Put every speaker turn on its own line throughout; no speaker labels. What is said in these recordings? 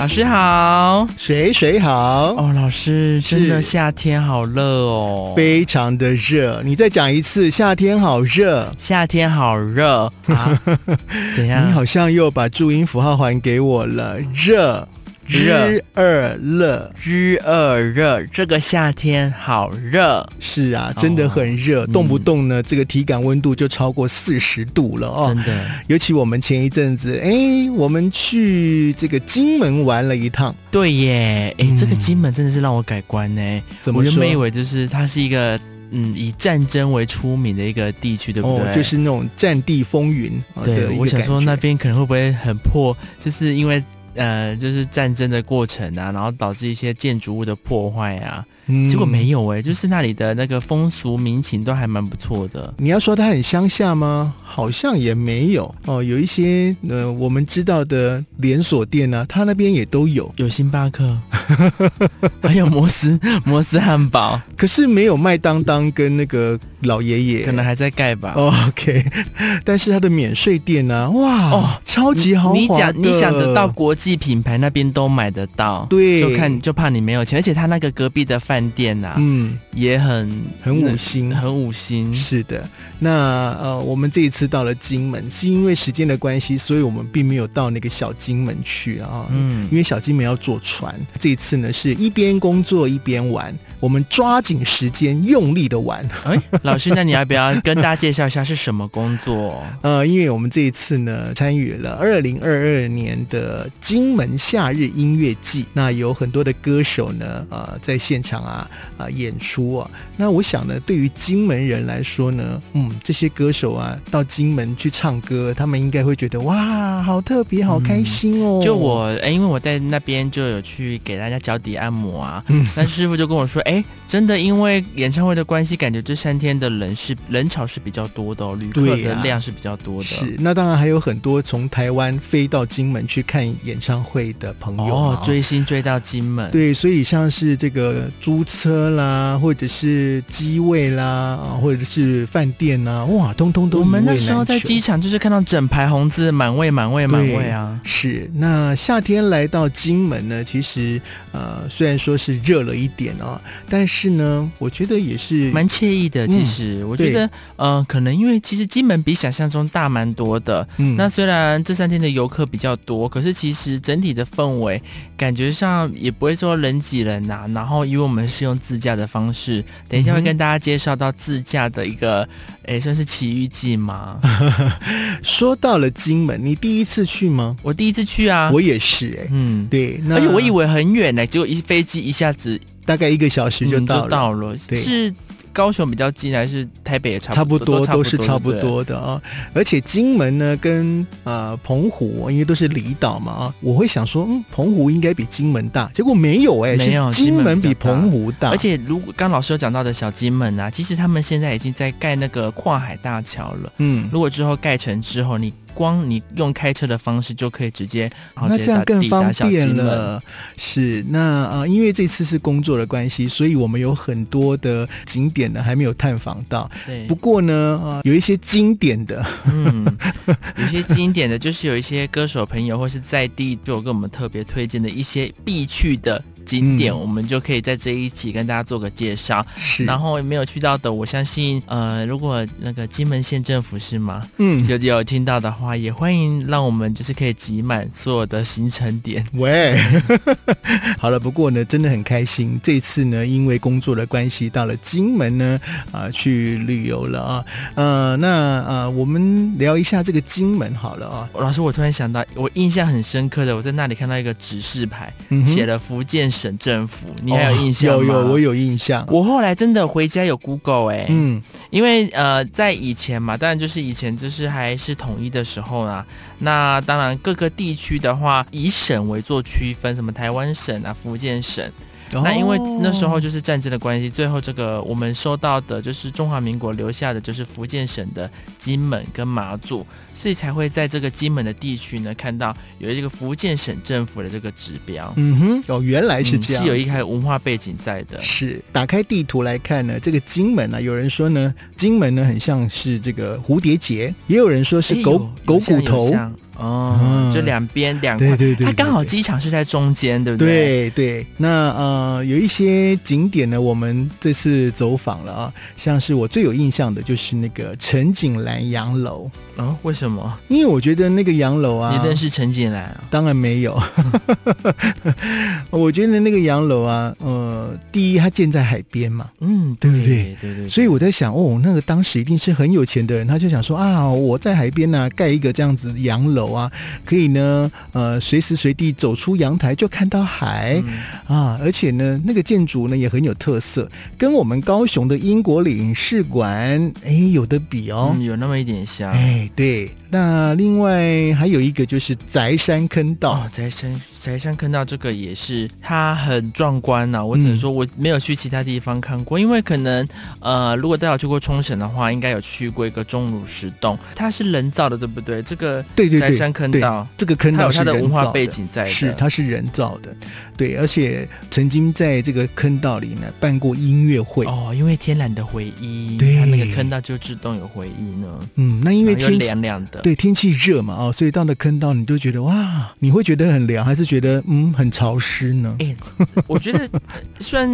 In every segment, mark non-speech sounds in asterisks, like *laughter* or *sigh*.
老师好。
水水好，
哦，老师，真的
是
夏天好热哦，
非常的热。你再讲一次，夏天好热。
夏天好热
*laughs*
啊！怎样？
你好像又把注音符号还给我了，热。
热
之二乐
之二热，这个夏天好热。
是
哦
啊，真的很热，
嗯
动不动呢，这个体感温度就超过四十度了哦。
真的，
尤其我们前一阵子，哎，我们去这个金门玩了一趟，
对耶，哎、
嗯
这个金门真的是让我改观呢。
怎
我
么
原
说
本？以为就是它是一个嗯以战争为出名的一个地区，对不对？
哦，就是那种战地风云啊的
对，
一
我
个
想
感
说
觉
那边可能会不会很破，就是因为呃就是战争的过程啊，然后导致一些建筑物的破坏啊。
嗯
结果没有哎、就是那里的那个风俗民情都还蛮不错的。
你要说它很乡下吗？好像也没有哦。有一些呃，我们知道的连锁店呢、它那边也都有，
有星巴
*laughs*
克，还有摩斯摩斯汉堡，
可是没有麦当当跟那个老爷爷。
可能还在盖吧。
哦 OK，但 *laughs* 是它的免税店呢、哇，
哦
哦，超级豪华
你
的
讲你想得到国际品牌那边都买得到，
对
就看就怕你没有钱，而且他那个隔壁的饭店呐、
嗯，
也很
很五星。
很五星，
是的，那呃，我们这一次到了金门，是因为时间的关系，所以我们并没有到那个小金门去啊。
嗯
因为小金门要坐船，这一次呢是一边工作一边玩，我们抓紧时间用力的玩。
哎，老师，那你要不要跟大家介绍一下是什么工作？
呃，因为我们这一次呢参与了二零二二年的金门夏日音乐季，那有很多的歌手呢，呃，在现场啊啊、演出啊。那我想呢，对于金门人来说呢，嗯，这些歌手啊到金门去唱歌，他们应该会觉得哇，好特别，好开心哦。
嗯就我，哎，因为我在那边就有去给大家脚底按摩啊，
嗯
那师傅就跟我说，哎，真的因为演唱会的关系，感觉这三天的人是人潮是比较多的、哦，旅客
对
的
呀
量是比较多的。
是，那当然还有很多从台湾飞到金门去看演唱会的朋友嘛
哦，追星追到金门，
啊对，所以像是这个租车啦，或者是机位啦，啊或者是饭店啦，哇，通通都
我们
一
那
位
时候
难
在
求
机场就是看到整排红字，满位满位满位啊。
是，那夏天来到金门呢，其实呃虽然说是热了一点啊、但是呢，我觉得也是
蛮惬意的，
嗯
其实、我觉得，呃，可能因为其实金门比想象中大蛮多的。
嗯
那虽然这三天的游客比较多，可是其实整体的氛围感觉上也不会说人挤人呐、然后因为我们是用自驾的方式，等一下会
嗯哼
跟大家介绍到自驾的一个，诶、算是奇遇记 *laughs* 吗？
说到了金门，你第一次去吗？
我第一次去啊，
我也是哎、
嗯，
对，那
而且我以为很远呢、结果一飞机一下子
大概一个小时就
嗯
到了。
到了，
对
是高雄比较近还是台北也差
差不多
都
都是差不
对对
多的啊、而且金门呢跟呃澎湖，因为都是离岛嘛啊，我会想说，嗯，澎湖应该比金门大，结果没有哎、
没有
是金
金门
门比
比较大
澎湖大，
而且如果刚老师有讲到的小金门啊，其实他们现在已经在盖那个跨海大桥了。
嗯，
如果之后盖成之后，你光你用开车的方式就可以直接，然后
啊
直
那这
接
样
到
更
抵达
方
小
便
金门。
了。是，那啊、呃因为这次是工作的关系，所以我们有很多的景点呢还没有探访到。
对，
不过呢，啊、有一些经典的，
嗯，有些经典的就是有一些歌手朋友或是在地就有跟我们特别推荐的一些必去的景点，
嗯
我们就可以在这一集跟大家做个介绍。
是，
然后没有去到的，我相信，呃，如果那个金门县政府是吗？
嗯，
有有听到的话，也欢迎让我们就是可以挤满所有的行程点。
喂， *laughs* 好了，不过呢，真的很开心。这次呢，因为工作的关系，到了金门呢，啊、去旅游了啊。呃，那呃，我们聊一下这个金门好了啊。
老师，我突然想到，我印象很深刻的，我在那里看到一个指示牌，
嗯哼
写了福建省政府，你还有印象
哦
吗？
有有，我
有。
有印象。
我后来真的回家有 Google 哎、
嗯，
因为呃，在以前嘛，当然就是以前就是还是统一的时候啦。那当然各个地区的话，以省为做区分，什么台湾省啊、福建省，那因为那时候
哦
就是战争的关系，最后这个我们收到的就是中华民国留下的就是福建省的金门跟马祖，所以才会在这个金门的地区呢看到有一个福建省政府的这个指标，
嗯哼，哦，原来
嗯
是这样，
是有一个文化背景在的。
是打开地图来看呢，这个金门呢、啊有人说呢，金门呢很像是这个蝴蝶结，也有人说是
哎
狗、
有
狗
有像
骨
有
头
像哦，
嗯
就两边两块，
对对对
它刚好
对对
机场是在中间，对不对？
对对，那呃，有一些景点呢，我们这次走访了啊，像是我最有印象的就是那个陈景兰洋楼，
对，哦，为什么？
因为我觉得那个洋楼啊，
你认识陈景兰啊？
当然
*laughs*
没有，我觉得那个洋楼啊，呃，第一它建在海边嘛，
嗯，
对不对
对对对，
所以我在想，哦，那个当时一定是很有钱的人，他就想说啊，我在海边呢、盖一个这样子洋楼啊，可以呢，呃，随时随地走出阳台就看到海、
嗯
啊，而且呢，那个建筑呢也很有特色，跟我们高雄的英国领事馆哎有的比哦。
嗯有那么一点像。
哎，对，那另外还有一个就是宅山坑道，
哦，宅山宅山看到这个也是，它很壮观呐、我只
嗯
能说我没有去其他地方看过，因为可能呃，如果大家有去过冲绳的话，应该有去过一个钟乳石洞，它是人造的，对不对？这个
对对对，
宅山坑
对
道，
这个坑
它
道
有
是
它的
人
文化
造
背景在的，
是它是人造的，对，而且曾经在这个坑道里呢办过音乐会，
哦，因为天然的回音，
对
它那个坑道就自动有回音呢，
嗯，那因为
然后又
天气
凉凉的，
对天气热嘛，哦，所以到了坑道你就觉得哇，你会觉得很凉，还是觉得嗯很潮湿呢？
哎、我觉得算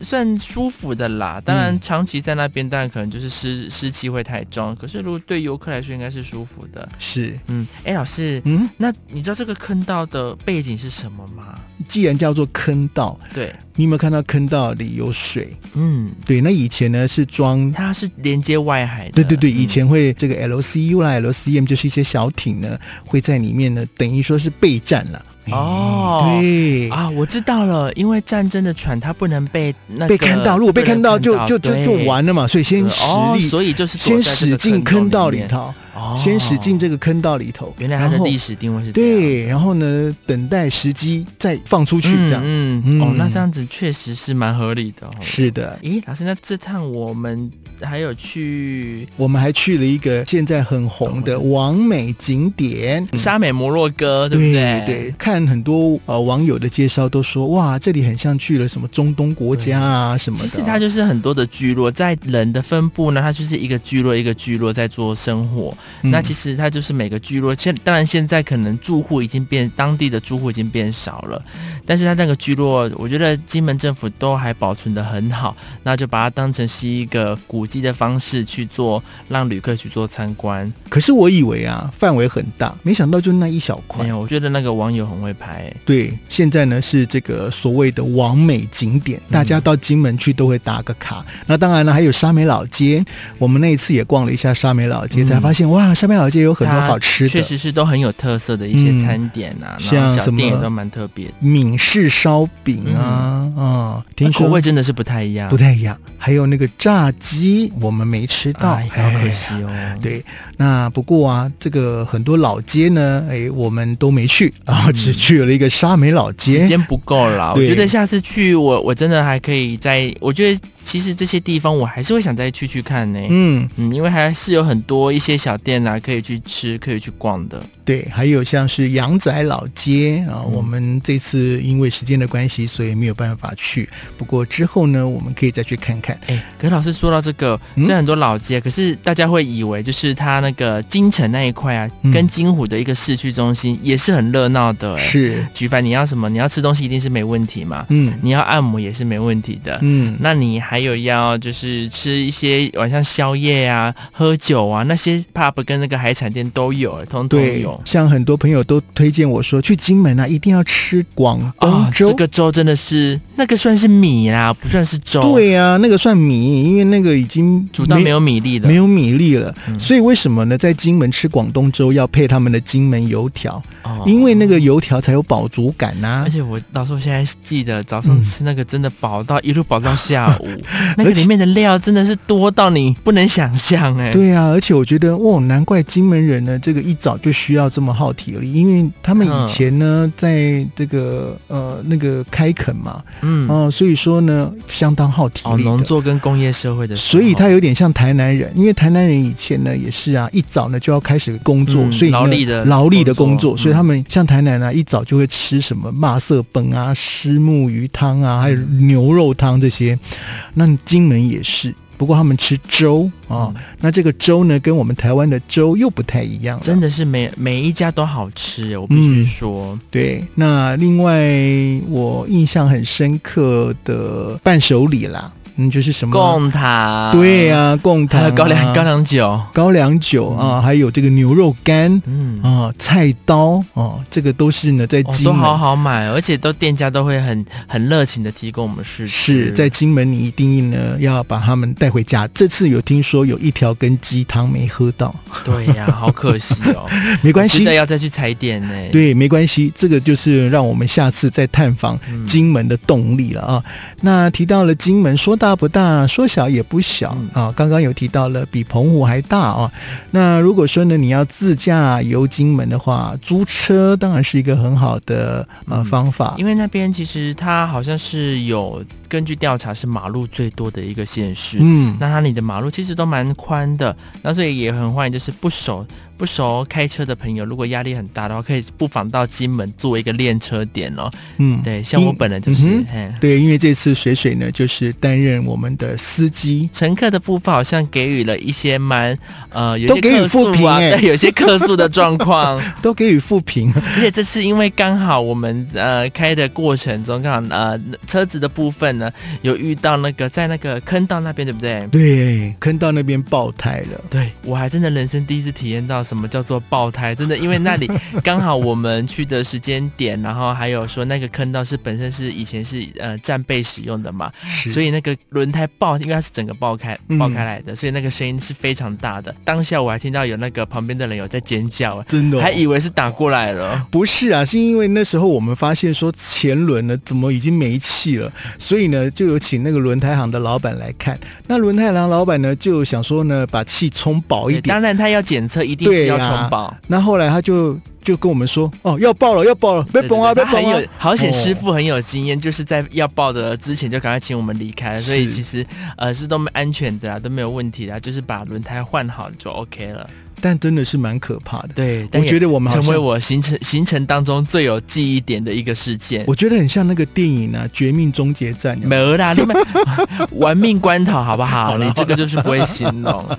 算舒服的啦。当然，
嗯
长期在那边，当然可能就是湿湿气会太重。可是，如果对游客来说，应该是舒服的。
是，
嗯，哎、老师，
嗯，
那你知道这个坑道的背景是什么吗？
既然叫做坑道，
对，
你有没有看到坑道里有水？
嗯，
对，那以前呢是装。
它是连接外海的。
对对对，
嗯
以前会这个 LCU 啦、LCM 就是一些小艇呢，会在里面呢，等于说是备战了。哎
哦
对
啊，我知道了，因为战争的船它不能被那个
被看到，如果被看到就就就就。
对
完了嘛，所以先使
哦，
力，
所以就是躲
先
在这
使
个
进坑道里
面，
头，
哦
先使进。这个坑道里头。
原来它的
然后
历史定位是这样。
对，然后呢，等待时机再放出去，这样、
嗯嗯
嗯
哦，那这样子确实是蛮合理的、哦。
是的。
咦，老师，那这趟我们还有去
我们还去了一个现在很红的王美景点。
沙美摩洛哥，对不
对
嗯对？
对，看很多呃网友的介绍都说，哇，这里很像去了什么中东国家啊什么的
其
啊。
实它就是很多的聚落，在人的分布呢，它就是一个聚落一个聚落在做生活。那其
实
实它就是每个聚落，现当然现在可能住户已经变，当地的住户已经变少了，但是它那个聚落，我觉得金门政府都还保存的很好，那就把它当成是一个古迹的方式去做，让旅客去做参观。
可是我以为啊范围很大，没想到就那一小块
没。有，我觉得那个网友很会拍、欸。
对，现在呢是这个所谓的王美景点，
嗯
大家到金门去都会打个卡。那当然了，还有沙美老街，我们那一次也逛了一下沙美老街，
嗯
才发现哇，沙美老街有很多好吃
啊确
的，
实是都很有特色的一些
嗯
餐点啊，然后
像
小
什么
店也都蛮特别的，
闽式烧饼啊，啊、听
嗯那口
说
味啊真的是不太一样，
不太一样。还有那个炸鸡，我们没吃到，
哎好可惜哦。
对，那不过啊，这个很多老街呢，哎，我们都没去，然后
嗯
只去了一个沙美老
时
街。
间不够了，我
对
觉得下次去我我真的还可以再，我觉得其实这些地方我还是会想再去去看呢、嗯
嗯，
因为还是有很多一些小店啊，可以去吃，可以去逛的。
对，还有像是阳宅老街啊，
嗯
我们这次因为时间的关系，所以没有办法去。不过之后呢，我们可以再去看看。
哎、 *laughs* 可是老师说到这个，
嗯
虽然很多老街，可是大家会以为就是它那个金城那一块啊，
嗯
跟金湖的一个市区中心也是很热闹的、哎
是，
举凡你要什么，你要吃东西一定是没问题嘛，
嗯
你要按摩也是没问题的。
嗯，
那你还有要就是吃一些晚上宵夜啊、喝酒啊那些 pub 跟那个海产店都有，通通
对
有。，
像很多朋友都推荐我说，去金门啊，一定要吃广
啊
东、粥。
这个粥真的是那个算是米啦，不算是粥。，
对啊，那个算米，因为那个已经
煮到没有米粒的。
没有米粒了。
嗯
所以为什么呢？在金门吃广东粥要配他们的金门油条，
哦
因为那个油条才有饱足感啊呐、
而且我老师，我现在记得早上
嗯
吃那个真的饱到、一路饱到下
*laughs*
午，那个
而且
里面的料真的是多到你不能想象哎、
对啊，而且我觉得哦，难怪金门人呢，这个一早就需要这么耗体力，因为他们以前呢，在这个呃那个开垦嘛，
嗯，
哦、所以说呢，相当耗体
哦，
力
农
的。
作跟工业社会的时候，
所以他有点像台南人，因为台南人以前呢也是啊，一早呢就要开始工作，
嗯
所以呢
劳力的
劳力的工
工作
作，所以
嗯
他们像台南啊，一早就会吃什么麻色崩
嗯
啊、虱目鱼汤啊，还有牛肉汤这些。那金门也是。不过他们吃粥
嗯
啊、那这个粥呢，跟我们台湾的粥又不太一样了。
真的是每每一家都好吃，欸我必
嗯
须说，
对，那另外我印象很深刻的伴手礼啦，嗯，就是什么？
贡塔，
对、啊，贡
还
糖、
有 *laughs* 高粱嗯高
粱
粱酒，
高粱酒啊、还有这个牛肉干
嗯，
啊、菜刀哦、这个都是呢在
哦，
金
都
门、
好好买，而且都店家都会很很热情的提供我们试吃，
是在金门，你一定呢要把他们带回家。这次有听说有一条跟鸡汤没喝到，
对呀、好可惜哦，
*laughs*
没
没关系
真的，要再去踩点呢、，
对，没关系，这个就是让我们下次再探访
嗯
金门的动力了啊。那提到了金门，说大不大，说小也不小
嗯
啊。刚刚有提到了比澎湖还大啊。那如果说呢，你要自驾游金门的话，租车当然是一个很好的呃
嗯
方法。
因为那边其实它好像是有根据调查是马路最多的一个县市，
嗯，
那它里的马路其实都蛮宽的，那所以也很欢迎就是不熟不熟开车的朋友，如果压力很大的话，可以不妨到金门作为一个练车点哦。
嗯，
对，像我
因
本人就是，
嗯
嘿
对，因为这次水水呢，就是担任我们的司机，
乘客的部分好像给予了一些蛮呃，有
都
些
给予
客
负
诉
评
啊，
欸
对，有些客诉的状况，
都给予负
*laughs*
评。
而且这次因为刚好我们呃开的过程中，刚好呃车子的部分呢有遇到那个在那个坑道那边，对不对？
对，坑道那边爆胎了。
对我还真的人生第一次体验到什么叫做爆胎，真的，因为那里刚好我们去的时间点，然后还有说那个坑道是本身是以前是呃战备使用的嘛，所
以
以那个轮胎爆，因为它是整个爆开
嗯
爆开来的，所以那个声音是非常大的。当下我还听到有那个旁边的人有在尖叫，哎
真的哦、
还以为是打过来了。
不是啊，是因为那时候我们发现说前轮呢怎么已经没气了，所以呢就有请那个轮胎行的老板来看。那轮胎行老板呢就想说呢把气充饱一
对
点
当，然他要检测，一定是
对
要
呀
重保。
那后来他就就跟我们说哦要爆了要爆了，别
对对
崩啊别
对他
崩啊
很有。好险，
哦
师傅很有经验，就是在要报的之前就赶快请我们离开，所以
是
其实呃是都蛮安全的啊，都没有问题的啊、就是把轮胎换好就 OK 了。
但真的是蛮可怕的，
对，
我觉得我们好
成
像
为我行程行程当中最有记忆点的一个事件。
我觉得很像那个电影啊《绝命终结战》有没有。
没啦，
*laughs*
你们玩命关头好不好？
好了
你这个就是不会形容。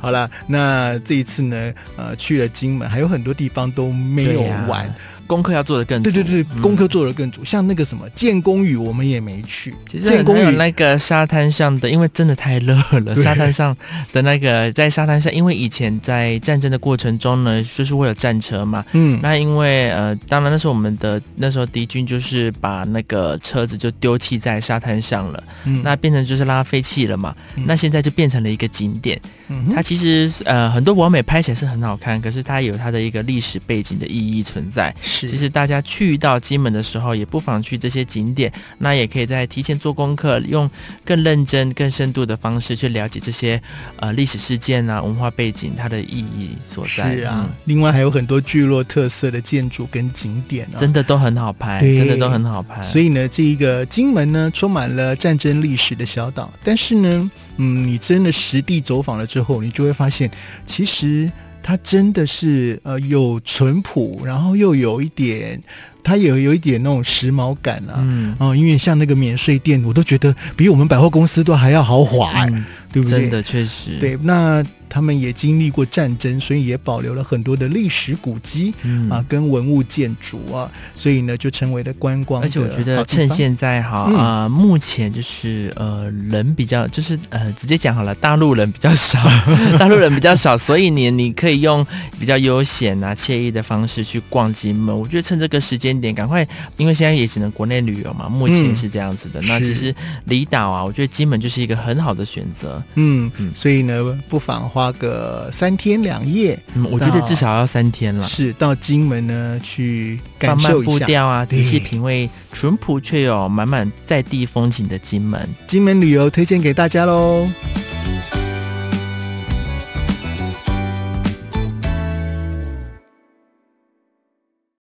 好啦，那这一次呢，呃，去了金门，还有很多地方都 *laughs* 没有
对呀
玩。
功课要做的更
对对对，
嗯
功课做得更足。像那个什么建功屿，我们也没去。
其实
建
很
功
还有
屿
那个沙滩上的，因为真的太热了，
对
沙滩上的那个在沙滩上，因为以前在战争的过程中呢，就是会有战车嘛。
嗯，
那因为呃，当然那时候我们的那时候敌军就是把那个车子就丢弃在沙滩上了，
嗯
那变成就是拉废弃了嘛。
嗯
那现在就变成了一个景点，
嗯哼
它其实呃很多网美拍起来是很好看，可是它有它的一个历史背景的意义存在。
是
其实大家去到金门的时候，也不妨去这些景点，那也可以在提前做功课，用更认真、更深度的方式去了解这些呃历史事件啊、文化背景它的意义所在。嗯
是啊，另外还有很多聚落特色的建筑跟景点啊
嗯、。真的都很好拍，
对
真的都很好拍。啊
所以呢，这一个金门呢，充满了战争历史的小岛。但是呢，嗯，你真的实地走访了之后，你就会发现，其实它真的是呃有淳朴，然后又有一点，它也有一点那种时髦感啊。
嗯。
哦，因为像那个免税店，我都觉得比我们百货公司都还要豪华、
嗯，
对不对？
真的确实，，
对，那他们也经历过战争，所以也保留了很多的历史古迹
嗯
啊，跟文物建筑啊，所以呢，就成为了观光的
而且
好地方。
我觉得趁现在哈
嗯
啊、呃目前就是呃人比较就是呃直接讲好了，大陆人比较少， *laughs* 大陆人比较少，所以你你可以用比较悠闲啊惬意的方式去逛金门。我觉得趁这个时间点赶快，因为现在也只能国内旅游嘛，目前
嗯
是这样子的。那
是
其实离岛啊，我觉得金门就是一个很好的选择。
嗯
嗯，
所以呢，不妨花个三天两夜，
嗯，我觉得
到
至少要三天了。
是到金门呢去感
放慢
受
步
一下。
调啊，
对
仔细品味淳朴却有满满在地风情的金门。
金门旅游推荐给大家喽。